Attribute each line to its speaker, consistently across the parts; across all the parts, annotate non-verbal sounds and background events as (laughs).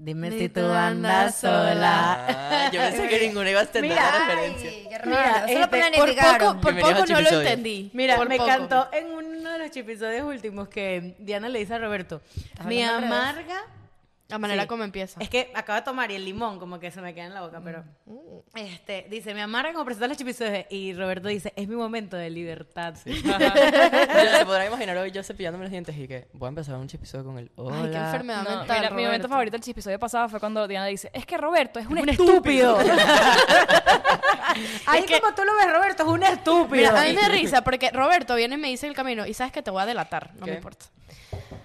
Speaker 1: Dime si tú andas sola.
Speaker 2: Ah, yo pensé que ninguna iba a entender la referencia.
Speaker 3: (laughs)
Speaker 4: Ay, qué
Speaker 1: Mira,
Speaker 4: raro. Solo
Speaker 1: este, por
Speaker 4: planificaron.
Speaker 2: poco- por Bienvenidos poco a no lo
Speaker 3: no lo
Speaker 2: Chipisodio.
Speaker 3: entendí.
Speaker 1: Mira, me cantó en uno de los episodios últimos que Diana le dice a Roberto, mi
Speaker 4: hablando al revés?
Speaker 1: amarga...
Speaker 3: La manera
Speaker 1: Sí.
Speaker 3: como empieza.
Speaker 1: Es que acabo de tomar y el limón como que se me queda en la boca, pero... Este, dice, me amarga como presentar los episodios y Roberto dice, es mi momento de libertad. (laughs)
Speaker 2: Yo- Se podrán imaginar hoy yo cepillándome los dientes y que voy a empezar un episodio con el hola.
Speaker 3: Ay, qué enfermedad
Speaker 5: No,
Speaker 3: mental.
Speaker 5: mira, mi momento
Speaker 3: Roberto.
Speaker 5: favorito del episodio pasado fue cuando Diana dice, es que Roberto es un,
Speaker 1: ¡Un
Speaker 5: estúpido.
Speaker 1: estúpido! Ahí como tú lo ves, Roberto, es un estúpido.
Speaker 3: Mira, a mí me da risa porque Roberto viene y me dice en el camino y sabes que te voy a delatar, no
Speaker 2: ¿Qué?
Speaker 3: me importa.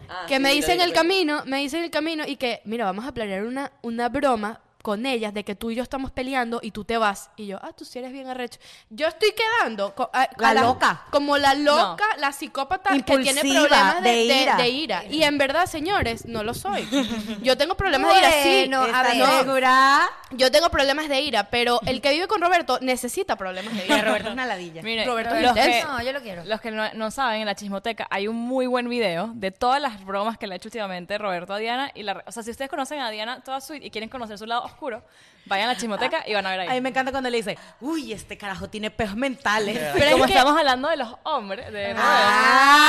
Speaker 2: Ah,
Speaker 3: que
Speaker 2: sí,
Speaker 3: me
Speaker 2: yo
Speaker 3: dice en
Speaker 2: digo,
Speaker 3: el camino, me dice en el camino y que, mira, vamos a planear una, una broma con ellas de que tú y yo estamos peleando y tú te vas. Y yo, ah, tú sí eres bien arrecho. Yo estoy quedando co- a- a
Speaker 1: La loca.
Speaker 3: Como la loca, la psicópata que tiene
Speaker 1: Impulsiva,
Speaker 3: problemas de,
Speaker 1: de
Speaker 3: de-
Speaker 1: ira.
Speaker 3: de ira. Y en verdad, señores, no lo soy. Yo tengo problemas de ira, sí.
Speaker 4: Bueno, a
Speaker 1: Está
Speaker 4: ver.
Speaker 3: no,
Speaker 1: segura.
Speaker 3: yo tengo problemas de ira, pero el que vive con Roberto necesita problemas de
Speaker 1: Que
Speaker 3: ira.
Speaker 1: Roberto es una ladilla.
Speaker 5: Mire,
Speaker 3: Roberto
Speaker 5: los
Speaker 3: Valdés.
Speaker 5: que,
Speaker 4: No, yo lo quiero.
Speaker 5: los que no, no saben, en la chismoteca hay un muy buen video de todas las bromas que le ha hecho últimamente Roberto a Diana. Y la, re- o sea, si ustedes conocen a Diana toda su y quieren conocer su lado oscuro, vayan a la chismoteca y van a ver
Speaker 1: A mí
Speaker 5: ahí.
Speaker 1: me encanta cuando le dice, uy, este carajo tiene peos mentales. (laughs)
Speaker 5: Pero como estamos hablando de los hombres, de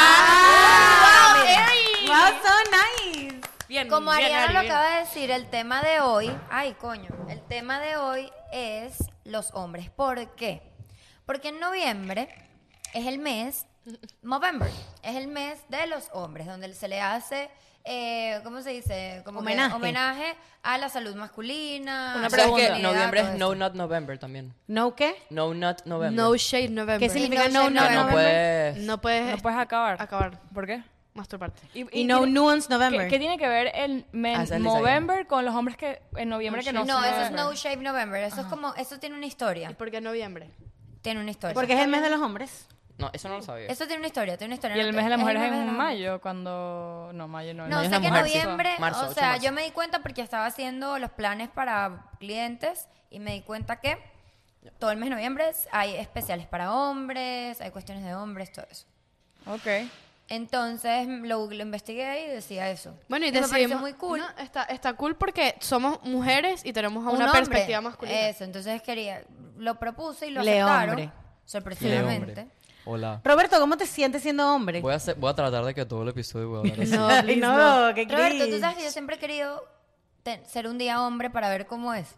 Speaker 1: ¡Ah!
Speaker 4: Wow, mira.
Speaker 1: ¡Ey! Wow, so nice.
Speaker 5: Bien,
Speaker 4: Como
Speaker 5: bien,
Speaker 4: Ariana
Speaker 5: Ari,
Speaker 4: lo
Speaker 5: bien.
Speaker 4: acaba de decir, el tema de hoy, ay coño, el tema de hoy es los hombres. ¿Por qué? Porque en noviembre es el mes, November, es el mes de los hombres, donde se le hace, eh, ¿cómo se dice? Como que
Speaker 1: Homenaje.
Speaker 4: homenaje a la salud
Speaker 3: Ah,
Speaker 4: masculina.
Speaker 5: Una
Speaker 4: a la
Speaker 2: ¿Sabes
Speaker 5: pregunta.
Speaker 2: que
Speaker 4: masculinidad,
Speaker 2: noviembre es
Speaker 4: todo
Speaker 2: No
Speaker 4: eso.
Speaker 2: Not November también?
Speaker 1: ¿No qué?
Speaker 2: No Not November.
Speaker 3: (laughs) pues. No shade November.
Speaker 1: ¿Qué significa no,
Speaker 4: no sé,
Speaker 1: no,
Speaker 4: no,
Speaker 2: Que
Speaker 1: no?
Speaker 2: no puedes...
Speaker 3: No puedes,
Speaker 5: No puedes acabar.
Speaker 3: acabar.
Speaker 5: ¿Por qué?
Speaker 3: Masturbarte.
Speaker 1: Y no
Speaker 5: tiene-
Speaker 1: nuance
Speaker 5: ¿Qué,
Speaker 1: November.
Speaker 5: qué tiene que ver el men-
Speaker 2: Ah, esa es Lisa
Speaker 5: November con los hombres que en noviembre que no
Speaker 4: No,
Speaker 5: son
Speaker 4: eso es No
Speaker 5: November?
Speaker 4: Shape November. Eso es como, eso tiene una
Speaker 3: ¿Y
Speaker 4: historia.
Speaker 3: por qué noviembre?
Speaker 4: Tiene una historia.
Speaker 1: Porque es el mes de los hombres.
Speaker 2: No, eso no lo sabía.
Speaker 4: Eso tiene una historia, tiene una historia.
Speaker 5: Y el
Speaker 4: no-
Speaker 5: mes de las
Speaker 4: es
Speaker 5: mujeres
Speaker 4: mes de las
Speaker 5: en
Speaker 4: mujeres.
Speaker 5: mayo, cuando... No, mayo no.
Speaker 4: No,
Speaker 2: es
Speaker 4: sé
Speaker 2: la
Speaker 4: que en
Speaker 2: mujer, sí.
Speaker 4: noviembre,
Speaker 2: Marzo,
Speaker 4: o
Speaker 2: 8
Speaker 4: sea,
Speaker 2: marzo.
Speaker 4: yo me di cuenta porque estaba haciendo los planes para clientes y me di cuenta que todo el mes de noviembre hay especiales para hombres, hay cuestiones de hombres, todo eso.
Speaker 5: Ok.
Speaker 4: Entonces lo, lo investigué y decía eso.
Speaker 3: Bueno, y,
Speaker 4: me
Speaker 3: decidimos...
Speaker 4: pareció muy cool.
Speaker 3: No, está, está cool porque somos mujeres y tenemos
Speaker 4: Un
Speaker 3: una
Speaker 4: hombre,
Speaker 3: perspectiva masculina.
Speaker 4: Eso, entonces quería, lo propuse y lo
Speaker 1: Le
Speaker 4: aceptaron.
Speaker 1: hombre.
Speaker 4: Sorpresivamente.
Speaker 2: Hola.
Speaker 1: Roberto, ¿cómo te sientes siendo hombre?
Speaker 2: Voy a, hacer- voy a tratar de que todo el episodio voy a (laughs) hablar así.
Speaker 1: Ay, (laughs) no, qué
Speaker 4: Roberto, tú
Speaker 1: cringe.
Speaker 4: sabes que yo siempre he querido te- ser un día hombre para ver cómo es.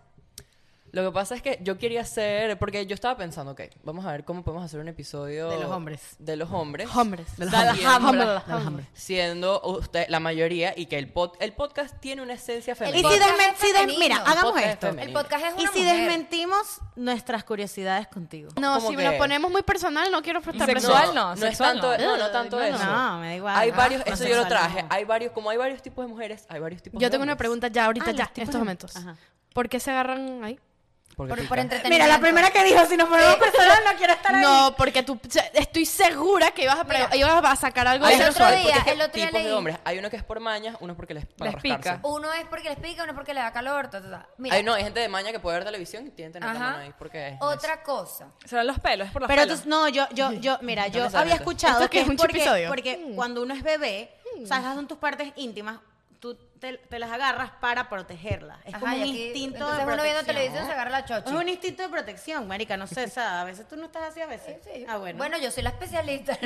Speaker 2: Lo que pasa es que yo quería hacer, porque yo estaba pensando, ok, vamos a ver cómo podemos hacer un episodio...
Speaker 1: De los hombres.
Speaker 2: De los hombres.
Speaker 3: Hombres.
Speaker 2: De
Speaker 1: De
Speaker 2: los
Speaker 1: los hombres.
Speaker 2: hombres.
Speaker 1: De los hombres.
Speaker 2: Siendo usted la mayoría y que el, pod- el podcast tiene una esencia
Speaker 1: Y
Speaker 2: femenina.
Speaker 1: si
Speaker 4: podcast
Speaker 1: desmen-
Speaker 4: es
Speaker 1: si des-
Speaker 4: femenino.
Speaker 1: mira,
Speaker 4: El
Speaker 1: hagamos
Speaker 2: podcast es
Speaker 1: esto.
Speaker 2: femenino.
Speaker 4: El podcast es una
Speaker 1: Y si
Speaker 4: mujer.
Speaker 1: desmentimos nuestras curiosidades contigo.
Speaker 3: No,
Speaker 2: ¿Cómo
Speaker 3: si
Speaker 2: que?
Speaker 3: nos ponemos muy personal, no quiero estar
Speaker 5: Sexual,
Speaker 3: personal.
Speaker 5: no, sexual
Speaker 2: es tanto,
Speaker 5: no.
Speaker 2: no, no tanto eso.
Speaker 1: No, me da igual.
Speaker 2: Hay
Speaker 1: Ah,
Speaker 2: varios,
Speaker 1: no
Speaker 2: eso yo lo
Speaker 1: sexual,
Speaker 2: traje.
Speaker 1: no.
Speaker 2: Hay varios, como hay varios tipos de mujeres, hay varios tipos de
Speaker 3: Yo tengo una
Speaker 2: hombres.
Speaker 3: pregunta ya, ahorita,
Speaker 1: Ah,
Speaker 3: ya,
Speaker 1: los
Speaker 3: en
Speaker 1: tipos
Speaker 3: estos
Speaker 1: de-
Speaker 3: momentos.
Speaker 1: Ajá.
Speaker 3: ¿Por qué se agarran ahí?
Speaker 2: Porque
Speaker 4: Por,
Speaker 2: pica.
Speaker 4: por entretenimiento.
Speaker 1: Mira, la primera que dijo, si nos ponemos personal, no quiero estar ahí.
Speaker 3: No, porque tú se- estoy segura que ibas a, pre-
Speaker 4: Mira.
Speaker 3: ibas a sacar algo
Speaker 2: Hay
Speaker 4: El
Speaker 3: de-
Speaker 2: unos
Speaker 4: otro
Speaker 2: suaves, porque
Speaker 4: día-
Speaker 2: es que
Speaker 4: el otro día
Speaker 2: tipos de
Speaker 4: leí-
Speaker 2: hombres. Hay uno que es por mañas, uno porque les, para
Speaker 5: Les pica.
Speaker 2: rascarse.
Speaker 4: Uno es porque les pica, uno es porque le da calor. ta, ta, ta. Uh, Mira,
Speaker 2: Hay, no, hay gente de maña que puede ver televisión y tiene que tener la
Speaker 4: ajá.
Speaker 2: mano ahí porque es
Speaker 4: Otra cosa.
Speaker 5: Serán los pelos, es por los
Speaker 1: Pero
Speaker 5: pelos.
Speaker 1: tú, no, yo, yo, yo, mira, yo había
Speaker 2: necesariamente.
Speaker 1: escuchado
Speaker 3: ¿Esto qué
Speaker 1: que
Speaker 3: es
Speaker 1: es
Speaker 3: un
Speaker 1: porque,
Speaker 3: chipisodio?
Speaker 1: porque cuando uno es bebé, o sea, esas son tus partes íntimas, tú te, te las agarras para protegerlas. Es
Speaker 4: Ajá,
Speaker 1: como
Speaker 4: y
Speaker 1: un
Speaker 4: aquí,
Speaker 1: instinto de
Speaker 4: entonces uno viendo televisión
Speaker 1: protección. ¿eh?
Speaker 4: se agarra la chochi.
Speaker 1: Es un instinto de protección, marica, no sé, o sea, a veces tú no estás así, a veces.
Speaker 4: Sí.
Speaker 1: Ah, bueno.
Speaker 4: Bueno, yo soy la
Speaker 1: (laughs)
Speaker 4: especialista.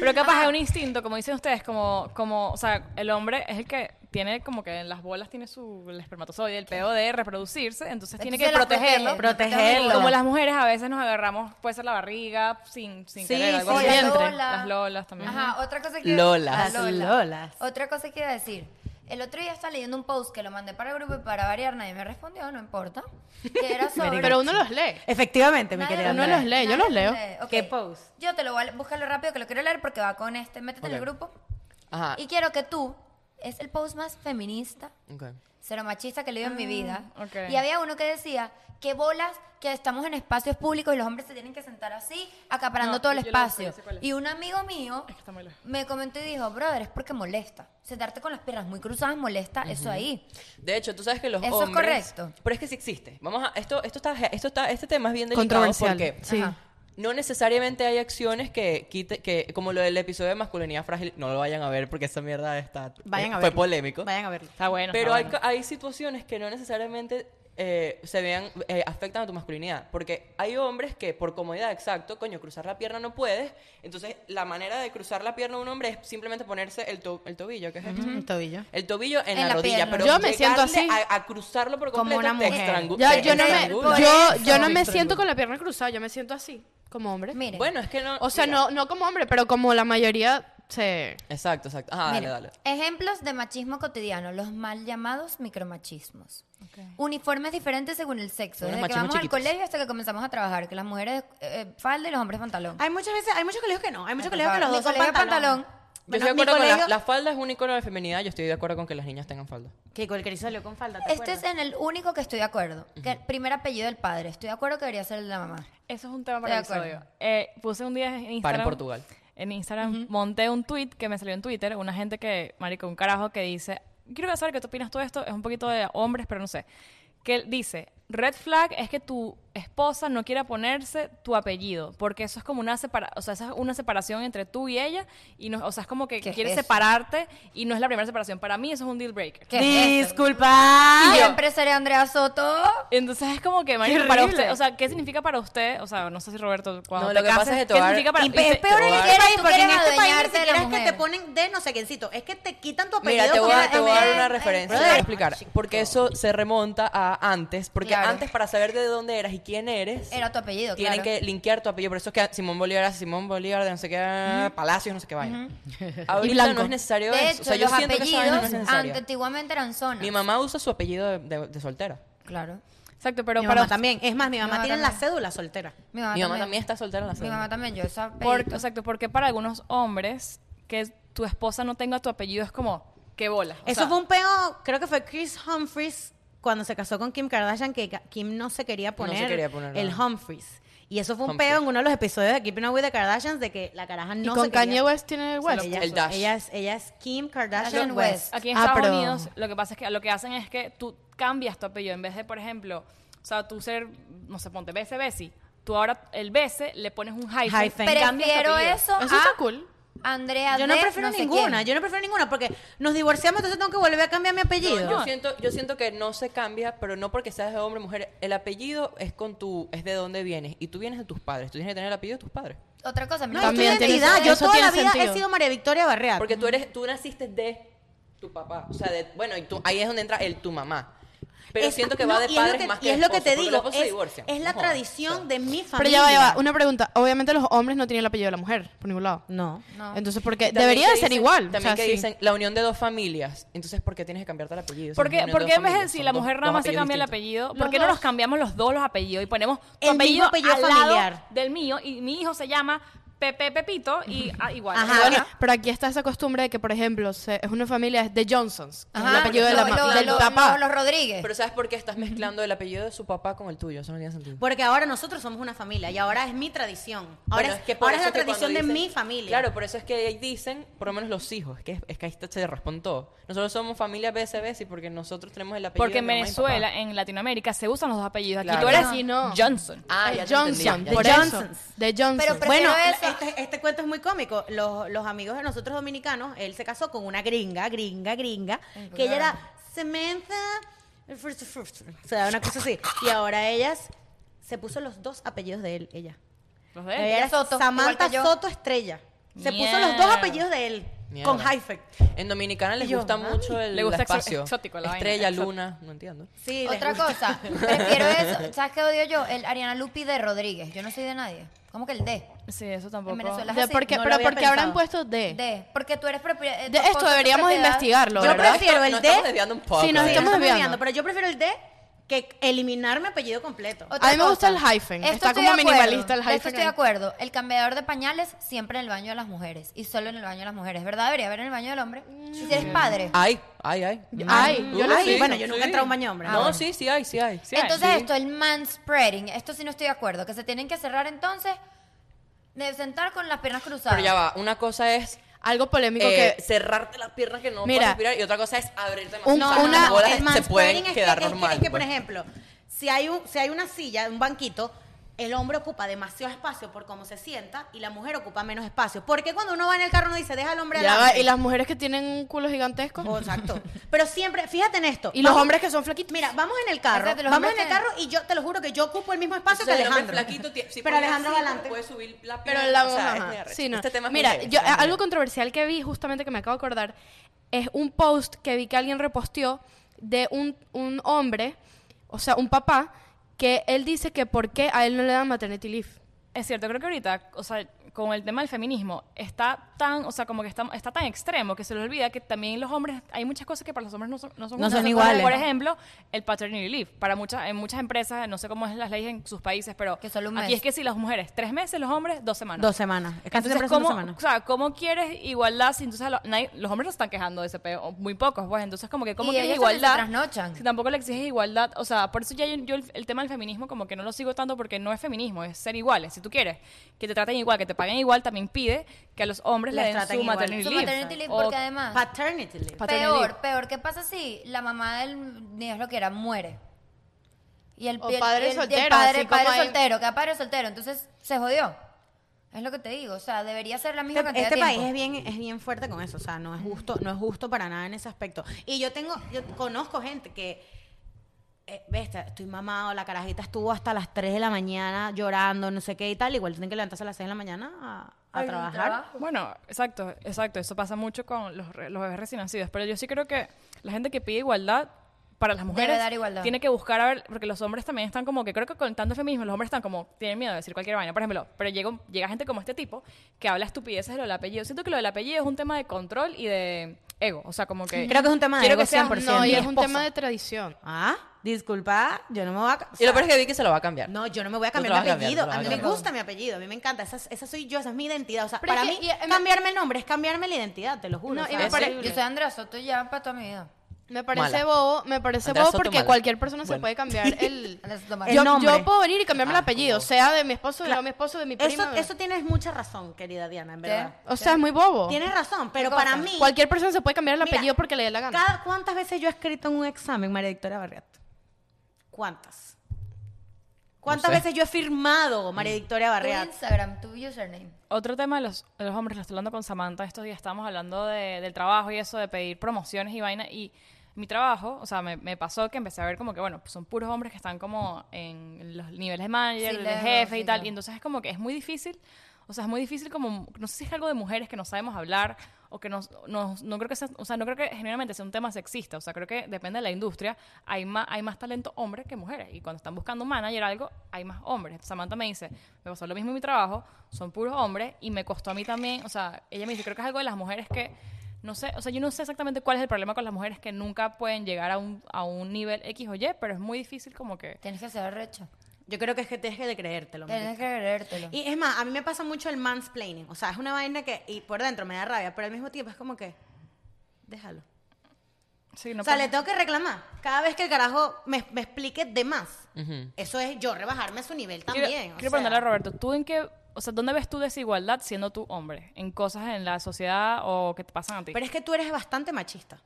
Speaker 5: Pero capaz es un instinto, como dicen ustedes, como, como, o sea, el hombre es el que tiene como que en las bolas tiene su el espermatozoide, el peo de reproducirse, entonces tiene que
Speaker 4: Entonces las
Speaker 5: protegerlo.
Speaker 4: protege,
Speaker 1: Protegerlo.
Speaker 5: Como las mujeres a veces nos agarramos, puede ser la barriga, sin, sin
Speaker 1: Sí,
Speaker 5: querer, algo
Speaker 1: sí,
Speaker 5: así.
Speaker 1: la
Speaker 5: Vientre.
Speaker 4: lola.
Speaker 5: Las lolas también.
Speaker 4: Ajá, otra cosa que
Speaker 2: Lolas.
Speaker 4: Ah,
Speaker 1: Las
Speaker 4: Lola.
Speaker 1: lolas.
Speaker 4: Otra cosa que iba a decir. El otro día estaba leyendo un post que lo mandé para el grupo y para variar nadie me respondió, no importa. Que
Speaker 1: (laughs)
Speaker 4: era sobre...
Speaker 3: Pero uno los lee.
Speaker 1: Efectivamente, mi
Speaker 4: Nadie
Speaker 1: querida.
Speaker 4: lo
Speaker 3: Uno
Speaker 1: Andrea.
Speaker 3: los lee, yo
Speaker 4: nadie
Speaker 3: los leo.
Speaker 4: Ok.
Speaker 1: ¿Qué post?
Speaker 4: Yo te lo voy a buscarlo rápido que lo quiero leer porque va con este. Métete en
Speaker 2: Ok.
Speaker 4: el grupo.
Speaker 5: Ah.
Speaker 2: Ajá.
Speaker 4: Y quiero que tú, es el post más feminista,
Speaker 2: Ok.
Speaker 4: cero machista que leído en mi vida.
Speaker 5: Ah, ok.
Speaker 4: Y había uno que decía, qué bolas que estamos en espacios públicos y los hombres se tienen que sentar así, acaparando
Speaker 5: No,
Speaker 4: todo el
Speaker 5: yo lo busco, yo
Speaker 4: espacio.
Speaker 5: sé cuál es.
Speaker 4: Y un amigo mío
Speaker 5: Es que está muy lejos.
Speaker 4: me comentó y dijo, brother, es porque molesta. Sentarte con las piernas muy cruzadas molesta, eso ahí.
Speaker 2: De hecho, tú sabes que los
Speaker 4: Eso es
Speaker 2: hombres
Speaker 4: correcto.
Speaker 2: Pero es que sí existe. Vamos a esto esto está esto está este tema es bien delicado
Speaker 3: Controversial,
Speaker 2: porque
Speaker 3: sí.
Speaker 4: Ajá.
Speaker 2: No necesariamente hay acciones que quite, que como lo del episodio de masculinidad frágil, no lo vayan a ver porque esa mierda está
Speaker 1: Vayan
Speaker 2: eh,
Speaker 1: a
Speaker 2: fue
Speaker 1: verlo.
Speaker 2: polémico.
Speaker 1: Vayan a verlo.
Speaker 5: Está bueno.
Speaker 2: Pero
Speaker 5: está
Speaker 2: hay,
Speaker 5: bueno.
Speaker 2: ca- hay situaciones que no necesariamente eh, se vean, eh, afectan a tu masculinidad. Porque hay hombres que por comodidad, exacto, coño, cruzar la pierna no puedes. Entonces, la manera de cruzar la pierna de un hombre es simplemente ponerse el, to- el tobillo, ¿qué es esto?
Speaker 1: El tobillo.
Speaker 2: El tobillo en,
Speaker 4: En
Speaker 2: la,
Speaker 4: la
Speaker 2: rodilla,
Speaker 4: pierna.
Speaker 2: pero
Speaker 3: Yo me siento
Speaker 2: llegarle
Speaker 3: así.
Speaker 2: A, a cruzarlo por
Speaker 1: Como
Speaker 2: completo
Speaker 1: una
Speaker 2: te
Speaker 1: mujer.
Speaker 2: estrangu-
Speaker 3: Ya,
Speaker 2: te
Speaker 3: yo, no me,
Speaker 2: estrangula.
Speaker 4: por
Speaker 3: yo,
Speaker 4: eso.
Speaker 3: yo no
Speaker 1: Por
Speaker 3: me
Speaker 1: eso.
Speaker 3: siento con la pierna cruzada, yo me siento así, como hombre.
Speaker 4: Miren,
Speaker 2: Bueno, es que no...
Speaker 3: O sea,
Speaker 2: mira.
Speaker 3: no, no como hombre, pero como la mayoría se...
Speaker 2: Exacto, exacto. Ajá,
Speaker 4: miren,
Speaker 2: dale, dale.
Speaker 4: ejemplos de machismo cotidiano, los mal llamados micromachismos. Uniformes diferentes según el sexo,
Speaker 2: Son los
Speaker 4: desde que
Speaker 2: machismos
Speaker 4: vamos
Speaker 2: chiquitos.
Speaker 4: al colegio hasta que comenzamos a trabajar, que las mujeres eh, falda y los hombres pantalón.
Speaker 1: Hay muchas veces, hay muchos colegios que no. Hay muchos
Speaker 4: Por
Speaker 1: colegios que los dos
Speaker 4: favor. Mi
Speaker 1: son
Speaker 4: colegio
Speaker 1: pantalón.
Speaker 4: pantalón.
Speaker 2: Yo
Speaker 1: Bueno,
Speaker 2: estoy de
Speaker 1: mi
Speaker 2: acuerdo con la,
Speaker 1: colegio-
Speaker 2: la falda es un icono de feminidad, yo estoy de acuerdo con que las niñas tengan falda.
Speaker 1: Que con el crisóleo con falda, ¿te
Speaker 4: Este es
Speaker 1: acuerdas?
Speaker 4: en el único que estoy de acuerdo. Que el primer apellido del padre. Estoy de acuerdo que debería ser el de la mamá.
Speaker 5: Eso es un tema para el
Speaker 4: De acuerdo.
Speaker 5: episodio. Eh, puse un día en Instagram.
Speaker 2: Para en Portugal.
Speaker 5: En Instagram monté un tweet que me salió en Twitter. Una gente que, marico, un carajo que dice: Quiero saber qué tú opinas todo esto. Es un poquito de hombres, pero no sé. Que dice: Red flag es que tu esposa no quiera ponerse tu apellido. Porque eso es como una, separa o sea, esa es una separación entre tú y ella. Y no, o sea, es como que
Speaker 4: ¿Qué es
Speaker 5: quieres
Speaker 4: eso?
Speaker 5: separarte y no es la primera separación. Para mí, eso es un deal breaker.
Speaker 4: ¿Qué es esto?
Speaker 2: Ah,
Speaker 1: Disculpa.
Speaker 4: Siempre seré Andrea Soto.
Speaker 5: Entonces es como que, marico, para
Speaker 1: horrible.
Speaker 5: usted, o sea, ¿qué significa para usted? O sea, no sé si Roberto, cuando
Speaker 2: No,
Speaker 5: te
Speaker 2: lo que pasa
Speaker 5: cases,
Speaker 2: es que te
Speaker 5: ¿qué
Speaker 2: va a dar-
Speaker 5: significa para
Speaker 2: Y
Speaker 1: Pe- es
Speaker 5: te-
Speaker 1: peor en
Speaker 2: Te
Speaker 1: este
Speaker 2: voy a-
Speaker 1: país, porque en
Speaker 4: Quieres
Speaker 1: este país ni
Speaker 4: adueñarte de la
Speaker 1: siquiera es que te
Speaker 4: mujer.
Speaker 1: ponen de no sé quiéncito, es que te quitan
Speaker 4: Pues
Speaker 1: tu apellido.
Speaker 2: Mira, te voy,
Speaker 1: como
Speaker 2: a,
Speaker 1: la-
Speaker 2: te voy a dar
Speaker 1: Mira,
Speaker 2: una referencia, te voy a explicar. Porque eso se remonta a antes, porque
Speaker 4: Claro.
Speaker 2: antes para saber de dónde eras y quién eres,
Speaker 4: Era tu apellido,
Speaker 2: tienen
Speaker 4: claro.
Speaker 2: que linkear tu apellido. Por eso es que Simón Bolívar era Simón Bolívar de no sé qué, Palacios, no sé qué vaina. Ahorita no es necesario
Speaker 4: De
Speaker 2: eso.
Speaker 4: hecho,
Speaker 2: O sea, yo
Speaker 4: los
Speaker 2: siento que esa vaina no
Speaker 4: apellidos
Speaker 2: es necesaria.
Speaker 4: ante- antiguamente eran zonas.
Speaker 2: Mi mamá usa su apellido de, de- de soltera.
Speaker 4: Claro.
Speaker 5: Exacto, pero
Speaker 1: mi
Speaker 5: para
Speaker 1: mamá también. Es más, mi mamá
Speaker 4: mamá
Speaker 1: tiene la
Speaker 4: también.
Speaker 1: cédula soltera.
Speaker 4: Mi mamá,
Speaker 2: Mi mamá también
Speaker 4: también.
Speaker 2: está soltera en la
Speaker 4: Mi
Speaker 2: cena.
Speaker 4: mamá también. Yo esa
Speaker 5: Por,
Speaker 4: apellido.
Speaker 5: exacto, porque para algunos hombres que tu esposa no tenga tu apellido es como, qué bola. O
Speaker 1: Eso
Speaker 5: sea,
Speaker 1: fue un peo, creo que fue Chris Humphries cuando se casó con Kim Kardashian, que Ka- Kim no se quería poner,
Speaker 2: quería poner
Speaker 1: el
Speaker 2: nada.
Speaker 1: Humphries. Y eso fue un
Speaker 2: Humphries.
Speaker 1: peo en uno de los episodios de Keeping Up With The Kardashians de que la caraja no
Speaker 3: y
Speaker 1: se
Speaker 3: con
Speaker 1: quería-
Speaker 3: Kanye West tiene West.
Speaker 1: Ella,
Speaker 2: El Dash.
Speaker 1: ella es, ella es Kim Kardashian
Speaker 4: Kardashian
Speaker 1: West.
Speaker 4: West.
Speaker 5: aquí en
Speaker 3: Ah,
Speaker 5: Estados
Speaker 3: pero-
Speaker 5: Unidos lo que pasa es que lo que hacen es que tú cambias tu apellido en vez de, por ejemplo, o sea, tú ser, no sé, ponte BC Bessie. Tú ahora el BC le pones un hyphen.
Speaker 1: Hyphen. en cambio,
Speaker 4: Prefiero
Speaker 1: apellido.
Speaker 4: eso.
Speaker 3: Eso
Speaker 4: a
Speaker 3: está cool.
Speaker 4: Andrea
Speaker 1: Yo no
Speaker 4: de
Speaker 1: prefiero
Speaker 4: sé
Speaker 1: ninguna,
Speaker 4: quién.
Speaker 1: yo no prefiero ninguna porque nos divorciamos, entonces tengo que volver a cambiar mi apellido.
Speaker 2: Yo siento, yo siento que no se cambia, pero no porque seas de hombre o mujer. El apellido es con tu, es de dónde vienes. Y tú vienes de tus padres. Tú tienes que tener el apellido de tus padres.
Speaker 4: Otra cosa.
Speaker 1: no,
Speaker 4: mira,
Speaker 1: es tu
Speaker 3: También tiene-
Speaker 1: identidad. Yo
Speaker 3: eso
Speaker 1: toda la
Speaker 3: tiene
Speaker 1: vida he
Speaker 3: sentido.
Speaker 1: sido María Victoria Barreal.
Speaker 2: Porque tú eres, tú naciste de tu papá. O sea, de, bueno, y tú, ahí es donde entra el tu mamá. Pero
Speaker 1: Es-
Speaker 2: siento que
Speaker 1: no,
Speaker 2: va de
Speaker 1: y es lo
Speaker 2: padres
Speaker 1: que-
Speaker 2: más que
Speaker 1: Y es lo que te
Speaker 2: esposo, porque
Speaker 1: digo,
Speaker 2: los esposos se
Speaker 1: es,
Speaker 2: divorcian.
Speaker 1: es la
Speaker 2: No jodas, o
Speaker 1: tradición
Speaker 2: sea.
Speaker 1: de mi
Speaker 3: Pero
Speaker 1: familia.
Speaker 3: ya va, ya va. Una pregunta. Obviamente los hombres no tienen el apellido de la mujer, por ningún lado.
Speaker 1: No.
Speaker 4: No.
Speaker 3: Entonces, porque
Speaker 2: También
Speaker 3: debería
Speaker 2: que
Speaker 3: de ser
Speaker 2: dicen-
Speaker 3: igual.
Speaker 2: También
Speaker 3: o sea,
Speaker 2: que
Speaker 3: sí.
Speaker 2: dicen la unión de dos familias. Entonces, ¿por qué tienes que cambiarte el apellido? Si
Speaker 5: ¿Por
Speaker 2: es
Speaker 5: qué,
Speaker 2: una unión
Speaker 5: por
Speaker 2: de
Speaker 5: qué
Speaker 2: dos
Speaker 5: en vez de
Speaker 2: familias,
Speaker 5: si
Speaker 2: son
Speaker 5: la
Speaker 2: dos-
Speaker 5: mujer
Speaker 2: dos
Speaker 5: nada más se
Speaker 2: apellidos
Speaker 5: cambia el
Speaker 2: distintos.
Speaker 5: apellido?
Speaker 3: Los
Speaker 5: ¿Por qué no
Speaker 3: dos.
Speaker 5: nos cambiamos los dos los apellidos y ponemos tu
Speaker 1: El mismo
Speaker 5: apellido,
Speaker 1: apellido
Speaker 5: al lado
Speaker 1: familiar.
Speaker 5: del mío y mi hijo se llama Pepe Pepito y ah, igual.
Speaker 1: Ajá.
Speaker 3: Bueno, pero aquí está esa costumbre de que, por ejemplo, se- es una familia de Johnsons. que es el
Speaker 4: Ajá,
Speaker 3: apellido de la
Speaker 4: lo-
Speaker 3: ma-
Speaker 4: lo-
Speaker 3: del
Speaker 4: lo-
Speaker 3: papá.
Speaker 4: lo- Los Rodríguez.
Speaker 2: Pero ¿sabes por qué estás mezclando el apellido de su papá con el tuyo? Eso no tiene sentido.
Speaker 1: Porque ahora nosotros somos una familia y ahora es mi tradición. Ahora
Speaker 2: Bueno,
Speaker 1: es,
Speaker 2: por
Speaker 1: ahora es
Speaker 2: eso
Speaker 1: la
Speaker 2: que
Speaker 1: tradición de
Speaker 2: cuando dicen-
Speaker 1: mi familia.
Speaker 2: Claro, por eso es que ahí dicen, por lo menos los hijos, que es, es que ahí está- se responden todo. Nosotros somos familia BSB, porque nosotros tenemos el apellido
Speaker 5: Porque
Speaker 2: de
Speaker 5: en
Speaker 2: mi mamá y
Speaker 5: Venezuela,
Speaker 2: papá.
Speaker 5: en Latinoamericas, se usan los dos apellidos. Aquí
Speaker 2: Claro.
Speaker 5: tú eres
Speaker 3: No, no.
Speaker 5: Johnson.
Speaker 2: Ah,
Speaker 3: De
Speaker 2: ya te
Speaker 3: Johnson,
Speaker 2: entendí, ya,
Speaker 3: por
Speaker 2: ya.
Speaker 3: eso.
Speaker 1: Johnsons.
Speaker 3: De Johnson.
Speaker 4: Pero prefiero
Speaker 1: Bueno,
Speaker 4: eso.
Speaker 1: este, este cuento es muy cómico. Los, los amigos de nosotros dominicanos, él se casó con una gringa, gringa, gringa, que ella era Samantha. O sea, una cosa así. Y ahora ellas se puso los dos apellidos de él, ella.
Speaker 5: Los de él.
Speaker 1: ¿Eh? Ella era
Speaker 4: Soto,
Speaker 1: Samantha
Speaker 4: igual que yo.
Speaker 1: Soto Estrella. Se puso los dos
Speaker 5: Mierda.
Speaker 1: apellidos de él,
Speaker 2: Mierda.
Speaker 1: con hyphen.
Speaker 2: En Dominicana les
Speaker 1: Y yo,
Speaker 2: gusta
Speaker 1: mami.
Speaker 2: mucho el
Speaker 5: Le gusta exo-
Speaker 2: espacio.
Speaker 5: exótico la vaina,
Speaker 2: Estrella,
Speaker 5: exótico.
Speaker 2: luna, no entiendo.
Speaker 1: Sí, les
Speaker 4: Otra
Speaker 1: gusta.
Speaker 4: cosa, prefiero eso. ¿Sabes qué odio yo? El Ariana Lupi de Rodríguez. Yo no soy de nadie. ¿Cómo que el D?
Speaker 5: Sí, eso tampoco.
Speaker 4: En Venezuela.
Speaker 3: De
Speaker 4: así,
Speaker 3: porque,
Speaker 1: no lo
Speaker 3: pero
Speaker 1: había
Speaker 3: porque
Speaker 1: pensado.
Speaker 3: habrán puesto de.
Speaker 4: D. Porque tú eres eh, propiedad.
Speaker 3: De esto deberíamos investigarlo,
Speaker 1: Yo
Speaker 3: ¿verdad?
Speaker 1: prefiero
Speaker 2: Esto-
Speaker 1: el
Speaker 2: nos
Speaker 1: D.
Speaker 2: estamos desviando un poco.
Speaker 3: Sí, nos
Speaker 2: ¿eh?
Speaker 1: Sí,
Speaker 3: estamos-
Speaker 1: no estoy
Speaker 3: desviando.
Speaker 1: pero yo prefiero el D que eliminar mi apellido completo.
Speaker 3: A mí me gusta el hyphen. Está como minimalista el hyphen
Speaker 4: estoy de
Speaker 3: ahí.
Speaker 4: acuerdo. El cambiador de pañales siempre en el baño de las mujeres. Y solo en el baño de las mujeres. ¿Verdad? Debería haber en el baño del hombre. Si eres padre.
Speaker 2: Ay, ay, ay.
Speaker 3: Ay,
Speaker 2: Mm.
Speaker 3: yo lo
Speaker 2: Ay,
Speaker 3: sé.
Speaker 1: Bueno, yo nunca he entrado a un baño de hombre.
Speaker 2: No,
Speaker 1: Ah, bueno.
Speaker 2: sí, sí hay, sí hay.
Speaker 5: Sí hay.
Speaker 4: Entonces esto, el manspreading, esto sí no estoy de acuerdo, que se tienen que cerrar entonces de sentar con las piernas cruzadas.
Speaker 2: Pero ya va, una cosa es
Speaker 3: Algo polémico
Speaker 2: eh,
Speaker 3: que.
Speaker 2: cerrarte las piernas que no
Speaker 3: Mira.
Speaker 2: puedes respirar y otra cosa es abrirte más.
Speaker 3: Un-
Speaker 2: O sea,
Speaker 3: una-
Speaker 2: las bolas
Speaker 1: el
Speaker 2: se
Speaker 1: manspreading
Speaker 2: pueden
Speaker 1: es que-
Speaker 2: quedar
Speaker 3: pues.
Speaker 1: es que-
Speaker 2: normal.
Speaker 1: Es que, por
Speaker 2: pues.
Speaker 1: ejemplo, si hay, un, si hay una silla, un banquito, el hombre ocupa demasiado espacio por cómo se sienta y la mujer ocupa menos espacio. Porque cuando uno va en el carro uno dice, deja al hombre
Speaker 3: Ya va,
Speaker 1: adelante.
Speaker 3: y las mujeres que tienen un culo gigantesco.
Speaker 1: Oh, exacto. Pero siempre, fíjate en esto.
Speaker 3: Y los
Speaker 1: Vamos-
Speaker 3: hombres que son flaquitos.
Speaker 1: Mira, vamos en el carro.
Speaker 4: Exacto, los
Speaker 1: vamos en
Speaker 4: hombres
Speaker 1: el
Speaker 4: que-
Speaker 1: carro y yo te lo juro que yo ocupo el mismo espacio
Speaker 2: Entonces,
Speaker 1: que
Speaker 2: el hombre
Speaker 1: Alejandro.
Speaker 2: flaquito tie- si
Speaker 1: pero
Speaker 2: pone
Speaker 1: Alejandro
Speaker 2: así,
Speaker 1: va adelante.
Speaker 2: Puede subir la
Speaker 3: Pero
Speaker 2: pierna.
Speaker 3: la
Speaker 2: o sea,
Speaker 3: ajá,
Speaker 2: es de arrecho.
Speaker 3: sí, no.
Speaker 2: Este tema es muy
Speaker 3: Mira,
Speaker 2: heavy,
Speaker 3: yo,
Speaker 2: es muy heavy.
Speaker 3: algo controversial que vi justamente que me acabo de acordar es un post que vi que alguien reposteó de un, un hombre, o sea, un papá, que él dice que por qué a él no le dan maternity leave.
Speaker 5: Es cierto, creo que ahorita, o sea, con el tema del feminismo, está tan, o sea, como que está, está tan extremo que se les olvida que también los hombres, hay muchas cosas que para los hombres no son, no son,
Speaker 1: No
Speaker 5: justas.
Speaker 1: son
Speaker 5: Por-
Speaker 1: iguales.
Speaker 5: Por ejemplo, el paternity leave. Para muchas, en muchas empresas, no sé cómo es las leyes en sus países, pero
Speaker 4: Que solo un
Speaker 5: aquí
Speaker 4: mes.
Speaker 5: es que si las mujeres, tres meses, los hombres, dos semanas.
Speaker 1: Dos semanas. Es casi siempre
Speaker 5: Entonces,
Speaker 1: son dos
Speaker 5: ¿cómo,
Speaker 1: semanas.
Speaker 5: o sea, ¿cómo quieres igualdad si entonces lo- nadie- los hombres no están quejando de ese peo? o Muy pocos, pues. Entonces, como que, ¿cómo
Speaker 4: Y
Speaker 5: quieres
Speaker 4: ellos también se
Speaker 5: igualdad?
Speaker 4: trasnochan.
Speaker 5: Si tampoco le exiges igualdad. O sea, por eso ya yo, yo el, el tema del feminismo como que no lo sigo tanto porque no es feminismo, es ser iguales. Si tú quieres que te traten igual, que te paguen igual, también pide que a los hombres
Speaker 1: Les
Speaker 5: le den
Speaker 1: traten
Speaker 5: su
Speaker 1: igual.
Speaker 5: maternity
Speaker 4: Su
Speaker 5: leave.
Speaker 4: maternity leave,
Speaker 5: O-
Speaker 4: porque además...
Speaker 1: Paternity leave.
Speaker 5: paternity leave.
Speaker 4: Peor, peor. ¿Qué pasa si la mamá del Dios lo que era muere? Y el,
Speaker 3: O
Speaker 4: y el-
Speaker 3: padre
Speaker 4: y el- y el
Speaker 3: soltero,
Speaker 4: padre,
Speaker 3: así
Speaker 4: padre
Speaker 3: como hay-
Speaker 4: soltero, queda padre soltero. Entonces se jodió. Es lo que te digo. O sea, debería ser la misma
Speaker 1: Este,
Speaker 4: cantidad
Speaker 1: este
Speaker 4: de
Speaker 1: país
Speaker 4: tiempo.
Speaker 1: es bien, es bien fuerte con eso, o sea, no es justo, no es justo para nada en ese aspecto. Y yo tengo, yo conozco gente que, eh, bestia, estoy mamado, la carajita estuvo hasta las 3 de la mañana llorando, no sé qué y tal, igual tienen que levantarse a las 6 de la mañana a, a
Speaker 4: Ay,
Speaker 1: trabajar.
Speaker 4: trabajo.
Speaker 5: Bueno, exacto, exacto. Eso pasa mucho con los, re- los bebés recién nacidos. Pero yo sí creo que la gente que pide igualdad para las mujeres
Speaker 4: dar igualdad.
Speaker 5: tiene que buscar a ver, porque los hombres también están como que creo que con tanto feminismo los hombres están como tienen miedo de decir cualquier vaina. Por ejemplo, pero llega, un- llega gente como este tipo que habla estupideces de lo del apellido. Siento que lo del apellido es un tema de control y de ego. O sea, como que
Speaker 1: Creo que es un tema de
Speaker 5: quiero
Speaker 1: ego
Speaker 5: que seas
Speaker 1: 100%.
Speaker 5: mi
Speaker 3: No, y es un
Speaker 5: esposa.
Speaker 3: tema de tradición.
Speaker 1: Ah, disculpa, yo no me voy a... ca-
Speaker 2: Y
Speaker 1: o
Speaker 2: lo
Speaker 1: sea,
Speaker 2: peor es que vi que se lo va a cambiar.
Speaker 1: No, yo no me voy a
Speaker 2: Tú
Speaker 1: cambiar
Speaker 2: te lo
Speaker 1: de
Speaker 2: vas a cambiar,
Speaker 1: apellido.
Speaker 2: tú te
Speaker 1: a
Speaker 2: lo
Speaker 1: mí
Speaker 2: vas
Speaker 1: me
Speaker 2: a cambiar.
Speaker 1: gusta mi apellido, a mí me encanta. Esa, es- esa soy yo, esa es mi identidad. O sea,
Speaker 3: Pero es
Speaker 1: para
Speaker 3: que-
Speaker 1: mí,
Speaker 3: y- em-
Speaker 1: cambiarme el nombre es cambiarme la identidad, te lo juro.
Speaker 3: No,
Speaker 1: o
Speaker 3: y
Speaker 1: sea,
Speaker 3: me
Speaker 1: es
Speaker 3: pare-
Speaker 2: horrible.
Speaker 4: Yo soy Andrea Soto ya para toda mi vida.
Speaker 3: Me parece
Speaker 2: Mala.
Speaker 3: bobo, me parece
Speaker 2: Andrea
Speaker 3: bobo
Speaker 2: Soto
Speaker 3: porque
Speaker 2: mala.
Speaker 3: cualquier persona se
Speaker 2: Bueno.
Speaker 3: puede
Speaker 2: (laughs)
Speaker 3: cambiar el...
Speaker 4: Andrea Soto mala.
Speaker 1: El
Speaker 3: yo,
Speaker 1: nombre. Ah,
Speaker 3: yo puedo venir y cambiarme el apellido, sea de mi esposo, de
Speaker 1: Cla-
Speaker 3: no mi esposo, de mi prima.
Speaker 1: eso,
Speaker 3: de-
Speaker 1: eso tienes mucha razón, querida Diana, en
Speaker 4: ¿Qué?
Speaker 1: verdad.
Speaker 3: O sea, es muy bobo.
Speaker 1: Tienes razón, pero
Speaker 4: cosa?
Speaker 1: para mí.
Speaker 3: Cualquier persona se puede cambiar el
Speaker 1: Mira,
Speaker 3: apellido porque le dé la gana.
Speaker 1: cada- ¿Cuántas veces yo he escrito en un examen, María Victoria Barriato? ¿Cuántas? ¿Cuántas
Speaker 2: sé. Mm.
Speaker 1: veces yo he firmado María Victoria
Speaker 4: Tu
Speaker 1: Barriato?
Speaker 4: Instagram, tu username.
Speaker 5: Otro tema de los, de los hombres, lo estoy hablando con Samantha estos días, estábamos hablando de- del trabajo y eso, de pedir promociones y vaina. Y mi trabajo, o sea, me, me pasó que empecé a ver como que, bueno, pues son puros hombres que están como en los niveles de manager,
Speaker 4: Sí,
Speaker 5: de
Speaker 4: lejos,
Speaker 5: jefe y
Speaker 4: sí,
Speaker 5: tal.
Speaker 4: claro.
Speaker 5: Y entonces es como que es muy difícil, o sea, es muy difícil como, no sé si es algo de mujeres que no sabemos hablar o que nos, nos- no creo que sea, o sea, no creo que genuinamente sea un tema sexista, o sea, creo que depende de la industria, hay más, hay más talento hombre que mujeres y cuando están buscando un manager o algo, hay más hombres. Samantha me dice, me pasó lo mismo en mi trabajo, son puros hombres y me costó a mí también, o sea, ella me dice, creo que es algo de las mujeres que no sé, o sea, yo no sé exactamente cuál es el problema con las mujeres que nunca pueden llegar a un, a un nivel X o Y, pero es muy difícil como que...
Speaker 4: Tienes que ser recha.
Speaker 1: Yo creo que es que tienes que de creértelo. marica.
Speaker 4: Tienes que creértelo.
Speaker 1: Y es más, a mí me pasa mucho el mansplaining. O sea, es una vaina que, y por dentro me da rabia, pero al mismo tiempo es como que, déjalo.
Speaker 5: Sí, no
Speaker 1: o sea,
Speaker 5: puedo-
Speaker 1: le tengo que reclamar. Cada vez que el carajo me, me explique de más. Eso es yo rebajarme a su nivel
Speaker 5: Quiero-
Speaker 1: también.
Speaker 5: Quiero,
Speaker 1: o sea.
Speaker 5: preguntarle a Roberto, ¿tú en qué, o sea, dónde ves tu desigualdad siendo tú hombre? ¿En cosas en la sociedad o que te pasan a ti?
Speaker 1: Pero es que tú eres bastante machista.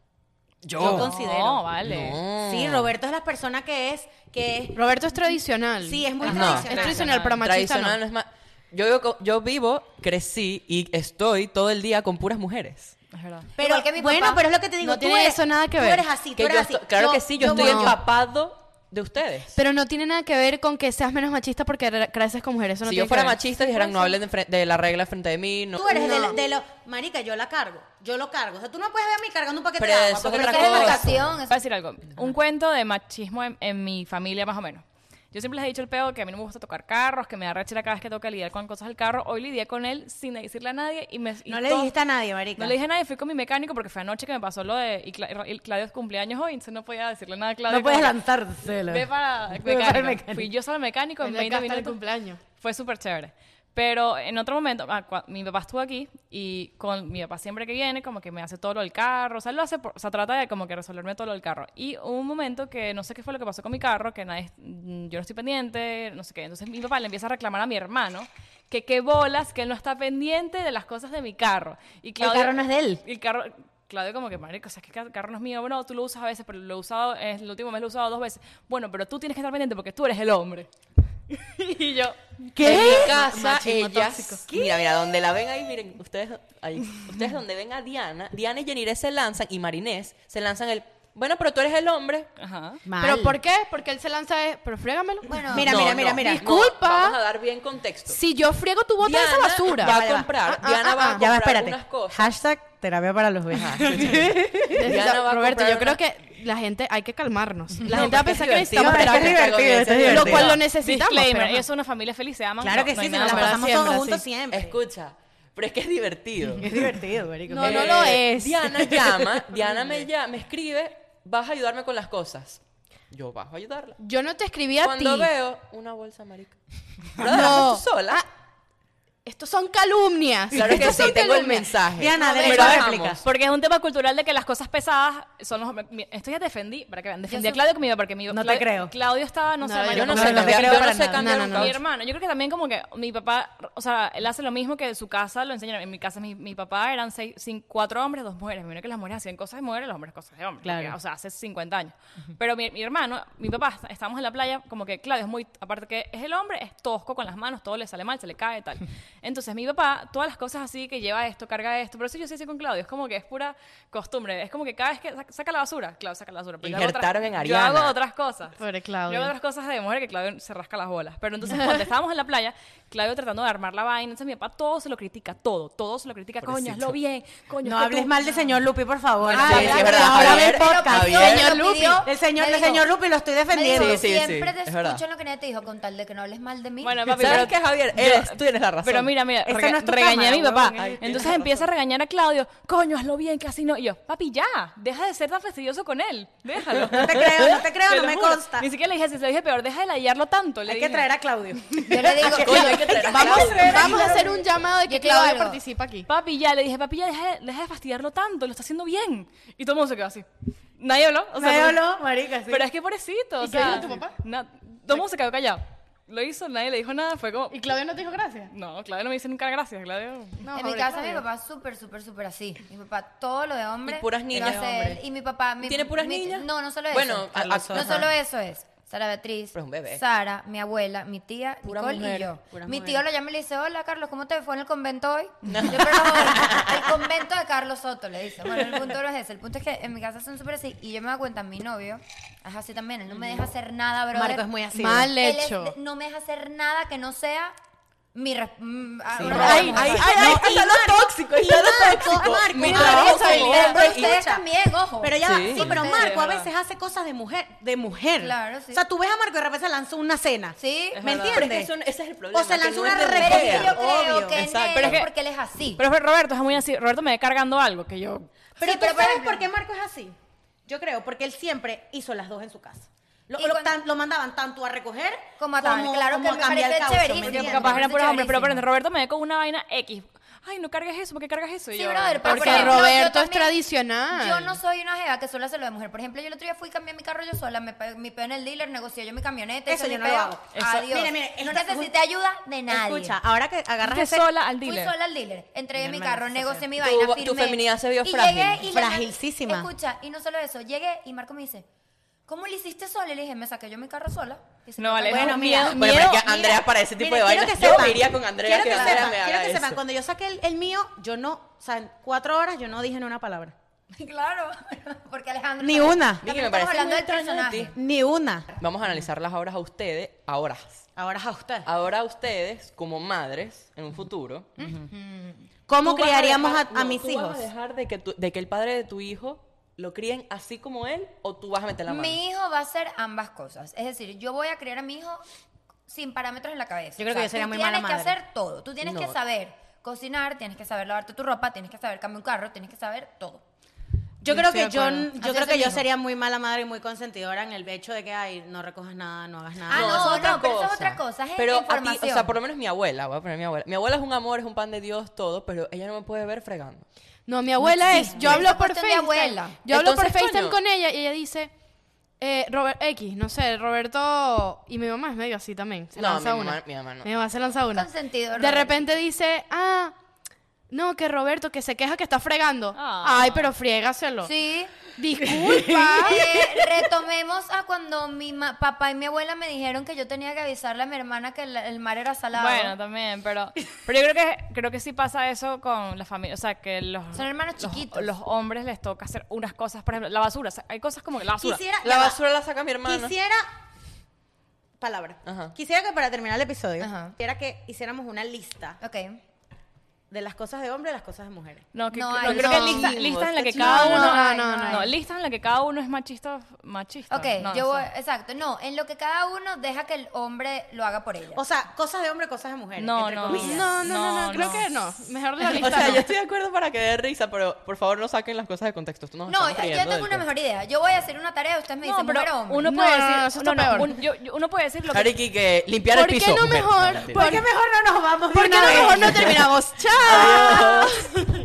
Speaker 2: Yo.
Speaker 1: Yo considero.
Speaker 5: No, vale.
Speaker 1: Sí,
Speaker 2: Mm.
Speaker 1: Roberto es la persona que es, que es,
Speaker 3: Roberto es tradicional.
Speaker 1: sí, es muy
Speaker 2: No.
Speaker 3: Es
Speaker 1: tradicional.
Speaker 3: tradicional, pero machista
Speaker 2: Tradicional no
Speaker 3: no.
Speaker 2: es más. Yo vivo, con- yo vivo, crecí y estoy todo el día con puras mujeres.
Speaker 5: Es verdad.
Speaker 1: Pero
Speaker 4: Igual que mi
Speaker 1: bueno,
Speaker 4: papá.
Speaker 1: pero es lo que te digo.
Speaker 3: No
Speaker 1: tú
Speaker 3: tiene
Speaker 1: eres-
Speaker 3: eso nada que
Speaker 1: tú
Speaker 3: ver.
Speaker 1: eres así, tú
Speaker 2: Que yo
Speaker 1: eres así.
Speaker 2: estoy- claro que sí, yo, estoy
Speaker 1: no.
Speaker 2: empapado de ustedes.
Speaker 3: Pero no tiene nada que ver con que seas menos machista porque re- creces con mujeres. Eso no
Speaker 2: si
Speaker 3: tiene
Speaker 2: yo fuera
Speaker 3: que ver.
Speaker 2: machista, dijeran no hablen de, fre- de la regla frente de mí. No.
Speaker 1: Tú eres de, la- de lo... Marica, yo la cargo. Yo lo cargo. O sea, tú no puedes ver a mí cargando un paquete
Speaker 2: Pero
Speaker 1: de agua.
Speaker 2: eso
Speaker 1: porque
Speaker 2: es
Speaker 1: no
Speaker 2: otra
Speaker 1: te dejas
Speaker 2: cosa.
Speaker 1: cargar.
Speaker 4: Educación,
Speaker 5: Voy a decir algo. Un cuento de machismo en, en mi familia, más o menos. Yo siempre les he dicho el pedo que a mí no me gusta tocar carros, que me da rechera cada vez que tengo que lidiar con cosas del carro. Hoy lidié con él sin decirle a nadie y me... y
Speaker 1: No le
Speaker 5: todo-
Speaker 1: dijiste a nadie, marica.
Speaker 5: No le dije a nadie, fui con mi mecánico porque fue anoche que me pasó lo de... Y, Cla- y Claudio es cumpleaños hoy, entonces no podía decirle nada a Claudio.
Speaker 1: No puedes
Speaker 5: como que,
Speaker 1: lanzárselo. (laughs)
Speaker 5: Ve para el
Speaker 1: Ve para el
Speaker 5: mecánico. Fui yo solo al mecánico en
Speaker 3: Venía
Speaker 5: 20
Speaker 3: acá hasta el
Speaker 5: minutos.
Speaker 3: cumpleaños.
Speaker 5: Fue súper chévere. Pero en otro momento, ah, cua- mi papá estuvo aquí y con mi papá siempre que viene, como que me hace todo lo del carro. O sea, él lo hace, por- o sea, trata de como que resolverme todo lo del carro. Y hubo un momento que no sé qué fue lo que pasó con mi carro, que nadie, mm, yo no estoy pendiente, no sé qué. Entonces mi papá le empieza a reclamar a mi hermano que qué bolas, que él no está pendiente de las cosas de mi carro. Y Claudio-
Speaker 1: carro no es de él.
Speaker 5: Y el carro, Claudio como que, marico, o sea, es que el carro no es mío. Bueno, tú lo usas a veces, pero lo he usado, eh, el último mes lo he usado dos veces. Bueno, pero tú tienes que estar pendiente porque tú eres el hombre. (laughs) y yo,
Speaker 2: En mi casa,
Speaker 3: Machismo tóxico.
Speaker 2: ellas. Mira, mira, donde la ven ahí, miren, ustedes, ahí, ustedes donde ven a Diana, Diana y Yanire se lanzan, y Marinés se lanzan el. Bueno, pero tú eres el hombre.
Speaker 1: Ah.
Speaker 5: ajá.
Speaker 1: Mal.
Speaker 3: ¿Pero por qué? Porque él se lanza de... Pero frégamelo.
Speaker 4: Bueno,
Speaker 1: Mira,
Speaker 2: No,
Speaker 1: mira,
Speaker 2: no,
Speaker 1: mira, mira.
Speaker 2: no,
Speaker 3: Disculpa.
Speaker 2: Vamos a dar bien contexto.
Speaker 3: Si yo friego, tú botas esa
Speaker 2: Diana
Speaker 3: basura.
Speaker 2: Va
Speaker 1: Ya
Speaker 2: a
Speaker 1: va,
Speaker 2: comprar.
Speaker 3: ah,
Speaker 2: Diana
Speaker 3: ah,
Speaker 2: va
Speaker 3: ah.
Speaker 2: a
Speaker 1: Ya va,
Speaker 2: comprar
Speaker 1: espérate.
Speaker 2: unas cosas.
Speaker 1: Hashtag terapia para los vejas.
Speaker 2: Diana va a
Speaker 3: Roberto, yo
Speaker 2: comprar
Speaker 3: creo
Speaker 2: una-
Speaker 3: que la gente... Hay que calmarnos. La
Speaker 2: No,
Speaker 3: gente va a
Speaker 2: porque es
Speaker 3: pensar que
Speaker 2: divertido,
Speaker 3: necesitamos
Speaker 1: No, pero es que
Speaker 3: terapia.
Speaker 1: es divertido, es divertido.
Speaker 3: Lo cual lo necesitamos.
Speaker 5: Disclaimer,
Speaker 3: pero-
Speaker 5: ellos son una familia feliz, se aman.
Speaker 1: Claro
Speaker 5: no-
Speaker 1: que sí,
Speaker 5: no hay
Speaker 1: si
Speaker 5: nada
Speaker 1: nos la
Speaker 5: malo.
Speaker 1: pasamos
Speaker 3: siempre,
Speaker 1: todos juntos
Speaker 3: sí.
Speaker 1: siempre.
Speaker 2: Escucha, pero es que es divertido. Eh,
Speaker 1: Es divertido, marico.
Speaker 3: (laughs) No, no lo es.
Speaker 2: Diana
Speaker 3: (laughs)
Speaker 2: llama, Diana me, llama, me escribe, vas a ayudarme con las cosas. Yo bajo a ayudarla.
Speaker 3: Yo no te escribí a ti.
Speaker 2: Cuando veo una bolsa,
Speaker 3: (laughs)
Speaker 2: marica.
Speaker 3: No. Ah,
Speaker 2: No, tú sola.
Speaker 3: Estos son calumnias.
Speaker 2: Claro que
Speaker 3: Estos
Speaker 2: sí,
Speaker 3: son
Speaker 2: tengo el
Speaker 3: calumnias.
Speaker 2: mensaje.
Speaker 1: Diana, de
Speaker 2: Pero
Speaker 1: verdad,
Speaker 2: bajamos.
Speaker 1: explica.
Speaker 5: Porque es un tema cultural de que las cosas pesadas son los hombres. Mi- Esto ya defendí, para que vean. Defendí a
Speaker 4: su-
Speaker 5: Claudio conmigo, porque mi
Speaker 1: No te
Speaker 5: Claudio-
Speaker 1: creo.
Speaker 5: Claudio estaba,
Speaker 3: No,
Speaker 5: no, sé,
Speaker 3: yo
Speaker 5: marico,
Speaker 2: Yo no,
Speaker 1: No,
Speaker 2: sé,
Speaker 1: no te
Speaker 2: cambiar,
Speaker 1: creo
Speaker 2: yo
Speaker 1: para
Speaker 2: no sé
Speaker 1: nada.
Speaker 2: cambiar
Speaker 3: No,
Speaker 2: un
Speaker 3: no, no.
Speaker 5: Mi
Speaker 2: caucho.
Speaker 5: hermano, yo creo que también como que mi papá, o sea, él hace lo mismo que de su casa lo enseñaron. En mi casa, mi, mi papá eran seis, cin- cuatro hombres, dos mujeres. Me imagino que las mujeres hacían cosas de mujeres, los hombres cosas de hombres.
Speaker 1: Claro.
Speaker 5: porque, o sea, hace 50 años. Pero mi, mi hermano, mi papá, está- estábamos en la playa, como que, claro, es muy, aparte que es el hombre, es tosco con las manos, todo le sale mal, se le
Speaker 2: (laughs)
Speaker 5: cae tal. Entonces, mi papá, todas las cosas así que lleva esto, carga esto, pero eso yo sí hacía con Claudio, es como que es pura costumbre. Es como que cada vez que saca, saca la basura, Claudio saca la basura. pero yo hago otras-
Speaker 2: Injertaron en
Speaker 5: Yo hago
Speaker 2: Ariana.
Speaker 5: otras cosas.
Speaker 3: Pobre Claudio.
Speaker 5: Yo hago otras cosas de mujer que Claudio se rasca las bolas. Pero entonces
Speaker 1: (laughs)
Speaker 5: cuando estábamos en la playa, Claudio tratando de armar la vaina, entonces mi papá todo se lo critica, todo, todo se lo critica, coño, hazlo bien, coño.
Speaker 1: No
Speaker 5: es que
Speaker 1: hables
Speaker 5: tú-
Speaker 1: mal del señor Lupi, por favor.
Speaker 2: Ah, sí,
Speaker 1: Habla-
Speaker 2: sí, es verdad.
Speaker 1: Ahora ve el
Speaker 2: Javier,
Speaker 1: podcast.
Speaker 2: Javier.
Speaker 1: Señor
Speaker 4: Lo
Speaker 1: Lupi.
Speaker 4: pidió.
Speaker 1: El señor,
Speaker 4: Me
Speaker 1: el
Speaker 4: dijo-
Speaker 1: señor Lupi, lo estoy
Speaker 4: Me dijo,
Speaker 1: defendiendo.
Speaker 2: Sí, sí, sí,
Speaker 4: siempre te
Speaker 2: es verdad.
Speaker 4: escucho lo que nadie te dijo con tal de que no hables mal de mí.
Speaker 5: Bueno, papi,
Speaker 2: ¿Sabes
Speaker 5: pero-
Speaker 2: qué, Javier?
Speaker 5: yo-
Speaker 2: Eres- tú tienes la razón.
Speaker 5: Pero mira, mira,
Speaker 1: Esta
Speaker 5: rega-
Speaker 1: no es tu
Speaker 5: regañé
Speaker 1: cámara,
Speaker 5: a mi papá.
Speaker 1: huevón. Ay,
Speaker 2: tienes
Speaker 5: Entonces empieza a regañar a Claudio, coño, hazlo bien, que así no. Y yo, papi, ya, deja de ser tan fastidioso con él, déjalo.
Speaker 1: No te creo, (laughs) no te creo,
Speaker 5: (laughs) Te
Speaker 1: no
Speaker 5: lo
Speaker 1: me
Speaker 5: juro.
Speaker 1: consta.
Speaker 5: Ni siquiera le dije, si se lo dije peor, deja de layarlo tanto. le
Speaker 1: Hay que
Speaker 5: dije.
Speaker 1: traer a Claudio.
Speaker 4: Yo le digo,
Speaker 2: Coño, hay que traer a
Speaker 3: Vamos,
Speaker 2: Claudio.
Speaker 3: vamos a hacer un llamado de
Speaker 4: Yo
Speaker 3: que
Speaker 4: te digo
Speaker 3: Claudio
Speaker 4: algo.
Speaker 3: participa aquí.
Speaker 5: Papi, ya le dije, papi, ya deja, de- deja de fastidiarlo tanto, lo está haciendo bien. Y todo el mundo se quedó así. Nadie habló. O sea,
Speaker 1: Me
Speaker 5: no-
Speaker 1: habló, marica, sí.
Speaker 5: Pero es que pobrecito. o
Speaker 3: ¿Y qué
Speaker 5: sea,
Speaker 3: dijo tu papá?
Speaker 5: na- todo el mundo se quedó callado. Lo hizo, nadie le dijo nada, fue como.
Speaker 3: ¿Y Claudio no te dijo gracias?
Speaker 5: No, Claudio no me dice nunca gracias, Claudio.
Speaker 3: No,
Speaker 4: en mi
Speaker 3: pobre
Speaker 4: casa mi
Speaker 3: Claudio.
Speaker 4: papá es súper, súper, súper así. Mi papá todo lo de hombre.
Speaker 2: Y puras
Speaker 4: lo
Speaker 2: niñas de
Speaker 4: hace
Speaker 2: hombre.
Speaker 4: él. Y mi papá. Mi,
Speaker 2: ¿Tiene puras
Speaker 4: mi-
Speaker 2: niñas?
Speaker 4: No, no solo eso.
Speaker 2: Bueno, a- a-
Speaker 4: no
Speaker 2: ajá.
Speaker 4: solo eso es. Sara Beatriz,
Speaker 2: Pero es un bebé.
Speaker 4: Sara, mi abuela, mi tía,
Speaker 2: Pura
Speaker 4: Nicole
Speaker 2: mujer,
Speaker 4: y yo.
Speaker 2: pura
Speaker 4: Mi
Speaker 2: mujer.
Speaker 4: tío lo llama y le dice, hola Carlos, ¿cómo te fue en el convento
Speaker 2: (laughs)
Speaker 4: hoy? Yo, pero el convento de Carlos Soto, le dice. Bueno, el punto no es ese. El punto es que en mi casa son súper así. Y yo me doy cuenta, mi novio es así también. Él no me deja hacer nada, brother.
Speaker 1: Marco es muy así.
Speaker 3: Mal
Speaker 4: Él es-
Speaker 3: hecho.
Speaker 4: no me deja hacer nada que no sea mi... res- mm, a-
Speaker 2: Sí,
Speaker 4: una
Speaker 2: no.
Speaker 4: cosa
Speaker 2: Ay,
Speaker 4: como
Speaker 2: ay,
Speaker 4: esa.
Speaker 2: ay,
Speaker 1: No,
Speaker 2: está
Speaker 1: y
Speaker 2: lo
Speaker 1: Marco,
Speaker 2: tóxico, está lo
Speaker 1: Marco,
Speaker 2: tóxico.
Speaker 1: Marco,
Speaker 2: Mi
Speaker 1: Marco,
Speaker 2: trabajo
Speaker 1: Marco,
Speaker 2: como
Speaker 1: pero
Speaker 2: hombre
Speaker 1: ustedes
Speaker 4: ustedes
Speaker 1: escucha.
Speaker 4: también, ojo.
Speaker 1: Pero ya, va,
Speaker 2: Sí.
Speaker 1: sí, pero
Speaker 4: Sí,
Speaker 1: Marco a
Speaker 5: verdad.
Speaker 1: veces hace cosas de mujer, de mujer.
Speaker 4: Claro, sí.
Speaker 1: O sea, tú ves a Marco y de repente se lanza una cena.
Speaker 4: Sí.
Speaker 1: ¿Me
Speaker 2: Pero es que
Speaker 1: entiendes?
Speaker 2: eso no- ese es el problema.
Speaker 1: O se
Speaker 2: que
Speaker 1: lanza
Speaker 2: no
Speaker 1: una
Speaker 2: es de
Speaker 4: Pero es que
Speaker 2: mujer.
Speaker 4: yo creo
Speaker 1: obvio.
Speaker 4: que en
Speaker 2: Exacto.
Speaker 4: él,
Speaker 2: Pero
Speaker 5: es que-
Speaker 4: porque él es así.
Speaker 5: Pero Roberto es muy así. Roberto me ve cargando algo que yo.
Speaker 1: Pero
Speaker 4: Sí,
Speaker 1: tú
Speaker 4: pero por
Speaker 1: sabes
Speaker 4: ejemplo-
Speaker 1: por qué Marco es así. Yo creo, porque él siempre hizo las dos en su casa. Lo,
Speaker 4: Y
Speaker 1: lo
Speaker 4: cuando-
Speaker 1: tan- lo mandaban tanto a recoger
Speaker 4: Como a tal. Claro
Speaker 1: como
Speaker 4: que me
Speaker 1: a cambiar
Speaker 4: parece
Speaker 1: el caucho, ¿me
Speaker 4: chéverísimo.
Speaker 1: entiendes?
Speaker 5: Capaz eran
Speaker 4: parece
Speaker 5: puros hombres, pero
Speaker 4: chéverísimo.
Speaker 5: pero Roberto me ve con una vaina X. Ay, no cargues eso, ¿por qué cargas eso? Y
Speaker 4: Sí,
Speaker 5: yo,
Speaker 4: brother, pero
Speaker 3: Porque
Speaker 4: por ejemplo, yo
Speaker 3: Roberto es
Speaker 4: también-
Speaker 1: ah.
Speaker 3: tradicional.
Speaker 4: Yo no soy una jeva que suele hacerlo de mujer. Por ejemplo, yo el otro día fui y cambié mi carro yo sola, me pe- mi peo en el dealer, negocié yo mi camioneta,
Speaker 1: Eso
Speaker 4: hice
Speaker 1: yo no
Speaker 4: mi
Speaker 1: lo
Speaker 4: peo.
Speaker 1: hago.
Speaker 2: Eso-
Speaker 4: Adiós.
Speaker 1: Mire, mire,
Speaker 4: no
Speaker 1: escucha-
Speaker 4: necesité ayuda de nadie.
Speaker 1: Escucha, ahora que agarras
Speaker 5: Fui
Speaker 1: ese-
Speaker 5: sola al
Speaker 4: Fui
Speaker 5: dealer.
Speaker 4: sola al dealer, entregué
Speaker 1: Mi
Speaker 4: mi
Speaker 1: hermana,
Speaker 4: carro,
Speaker 1: eso
Speaker 4: negocié
Speaker 1: sí.
Speaker 4: mi vaina,
Speaker 2: Tu- tu
Speaker 4: firmé.
Speaker 2: feminidad se vio
Speaker 4: y
Speaker 2: frágil.
Speaker 4: Llegué y la-
Speaker 1: Fragilísima.
Speaker 4: Escucha, y no solo eso, llegué y Marco me dice, ¿cómo lo hiciste sola? Y le dije, me saqué yo mi carro sola. Y se
Speaker 5: No,
Speaker 4: lo
Speaker 5: vale,
Speaker 4: saqué.
Speaker 1: Bueno,
Speaker 5: es
Speaker 1: mira,
Speaker 5: miedo,
Speaker 2: Bueno, pero
Speaker 5: miedo.
Speaker 2: pues es que Andrea para ese tipo
Speaker 1: Mira,
Speaker 2: de
Speaker 1: quiero
Speaker 2: vainas.
Speaker 1: que
Speaker 2: Yo
Speaker 1: sepan,
Speaker 2: me iría con Andrea
Speaker 1: quiero
Speaker 2: que Andrea
Speaker 1: sepan,
Speaker 2: me
Speaker 1: Quiero
Speaker 2: haga
Speaker 1: que sepan,
Speaker 2: eso.
Speaker 1: cuando yo saqué el, el mío, yo no, o sea, en cuatro horas yo no dije ni una palabra.
Speaker 4: (laughs) Claro, porque Alejandro...
Speaker 1: Ni
Speaker 4: también-
Speaker 1: una.
Speaker 4: también
Speaker 2: Vicky, me
Speaker 4: estamos
Speaker 2: parece muy
Speaker 4: hablando del
Speaker 2: extraño de ti.
Speaker 4: personaje.
Speaker 1: Ni una.
Speaker 2: Vamos a analizar las obras a ustedes ahora.
Speaker 1: Ahora es a usted.
Speaker 2: Ahora ustedes, como madres, en un futuro...
Speaker 1: ¿Cómo
Speaker 2: tú Mm. vas a
Speaker 1: criaríamos a,
Speaker 2: dejar-
Speaker 1: a
Speaker 2: no,
Speaker 1: mis
Speaker 2: tú
Speaker 1: hijos?
Speaker 2: vas a dejar de que, tu- de que el padre de tu hijo lo críen así como él o tú vas a meter la mano?
Speaker 4: Mi hijo va a hacer ambas cosas. Es decir, yo voy a criar a mi hijo sin parámetros en la cabeza.
Speaker 1: Yo creo que yo sería
Speaker 4: tú
Speaker 1: muy mala
Speaker 4: tienes que
Speaker 1: madre.
Speaker 4: hacer todo. Tú tienes que
Speaker 2: No.
Speaker 4: saber cocinar, tienes que saber lavarte tu ropa, tienes que saber cambiar un carro, tienes que saber todo.
Speaker 1: Yo
Speaker 3: Sí,
Speaker 1: creo
Speaker 3: estoy
Speaker 1: que
Speaker 3: de
Speaker 1: yo,
Speaker 3: acuerdo.
Speaker 1: yo
Speaker 4: Así
Speaker 1: creo
Speaker 4: hace
Speaker 1: que
Speaker 4: mi
Speaker 1: yo
Speaker 4: hijo.
Speaker 1: sería muy mala madre y muy consentidora en el hecho de que ay, no recojas nada, no hagas nada.
Speaker 4: Ah,
Speaker 2: No,
Speaker 4: no,
Speaker 2: eso es otra
Speaker 4: pero eso es
Speaker 2: cosa.
Speaker 4: otra cosa, es
Speaker 2: pero a ti, o
Speaker 4: información.
Speaker 2: sea, por lo menos mi abuela, voy a poner mi abuela. Mi abuela es un amor, es un pan de Dios, todo, pero ella no me puede ver fregando.
Speaker 3: No, mi abuela es. Yo hablo
Speaker 4: Esa
Speaker 3: por
Speaker 4: cuestión de
Speaker 3: FaceTime.
Speaker 4: abuela.
Speaker 3: Yo hablo por
Speaker 2: Entonces,
Speaker 3: FaceTime
Speaker 2: coño.
Speaker 3: con ella y ella dice. Eh, Robert X, no sé, Roberto. Y mi mamá es medio así también. Se
Speaker 2: No,
Speaker 3: lanza
Speaker 2: mi
Speaker 3: una.
Speaker 2: mamá- mi mamá no.
Speaker 3: se lanza una.
Speaker 4: Consentido,
Speaker 3: de
Speaker 4: Robert.
Speaker 3: repente dice, ah, No, que Roberto, que se queja que está fregando.
Speaker 5: Ah.
Speaker 3: Ay, pero friegaselo.
Speaker 4: Sí. (laughs)
Speaker 3: Disculpa.
Speaker 4: Eh, retomemos a cuando mi ma- papá y mi abuela me dijeron que yo tenía que avisarle a mi hermana que el, el mar era salado.
Speaker 5: Bueno, también, pero, pero yo creo que, creo que sí pasa eso con la familia, o sea, que los,
Speaker 4: Son hermanos
Speaker 5: los-
Speaker 4: chiquitos.
Speaker 5: Los, hombres les toca hacer unas cosas, por ejemplo, la basura, o sea, hay cosas como que la basura.
Speaker 1: Quisiera-
Speaker 2: La
Speaker 1: ya va.
Speaker 2: basura la saca mi hermana.
Speaker 1: Quisiera. Palabra.
Speaker 2: Ajá.
Speaker 1: Quisiera que para terminar el episodio,
Speaker 4: Ajá.
Speaker 1: quisiera que hiciéramos una lista
Speaker 4: Ok.
Speaker 1: de las cosas de hombre y las cosas de mujeres.
Speaker 5: No, que,
Speaker 4: No
Speaker 5: no,
Speaker 4: hay,
Speaker 5: creo
Speaker 3: no.
Speaker 5: que listas lista en la que
Speaker 2: No,
Speaker 5: cada
Speaker 3: no,
Speaker 5: uno
Speaker 3: no, no, no.
Speaker 5: no, listas en la que cada uno es machista machista.
Speaker 4: Ok,
Speaker 5: No,
Speaker 4: yo
Speaker 5: no
Speaker 4: voy,
Speaker 5: sé.
Speaker 4: exacto. No, en lo que cada uno deja que el hombre lo haga por ella.
Speaker 1: O sea, cosas de hombre, cosas de mujeres.
Speaker 5: No,
Speaker 1: entre
Speaker 5: no.
Speaker 1: comillas.
Speaker 3: No, no, no, no,
Speaker 5: No,
Speaker 3: creo
Speaker 5: no.
Speaker 3: que no. Mejor la
Speaker 2: (laughs)
Speaker 3: lista.
Speaker 2: O sea,
Speaker 3: no.
Speaker 2: yo estoy de acuerdo para que dé risa, pero por favor no saquen las cosas de contexto. Esto nos
Speaker 4: no,
Speaker 2: estamos
Speaker 4: yo, yo
Speaker 2: riendo del
Speaker 4: tengo una
Speaker 2: cuento.
Speaker 4: mejor idea. Yo voy a hacer una tarea, ustedes me dicen,
Speaker 5: No,
Speaker 4: mujer o
Speaker 5: pero
Speaker 4: hombre.
Speaker 5: uno
Speaker 3: No,
Speaker 5: puede
Speaker 3: no,
Speaker 5: decir,
Speaker 3: no, eso está peor.
Speaker 5: un- yo- yo- uno puede decir lo que
Speaker 2: Kariki, que limpiar el
Speaker 3: ¿Por qué
Speaker 2: piso.
Speaker 3: no
Speaker 2: Mujer.
Speaker 3: mejor?
Speaker 2: mentira.
Speaker 1: ¿Por qué mejor no nos vamos? de
Speaker 3: ¿Por qué
Speaker 1: una
Speaker 4: (laughs)
Speaker 3: no
Speaker 1: vez?
Speaker 3: mejor no terminamos? ¡Chao!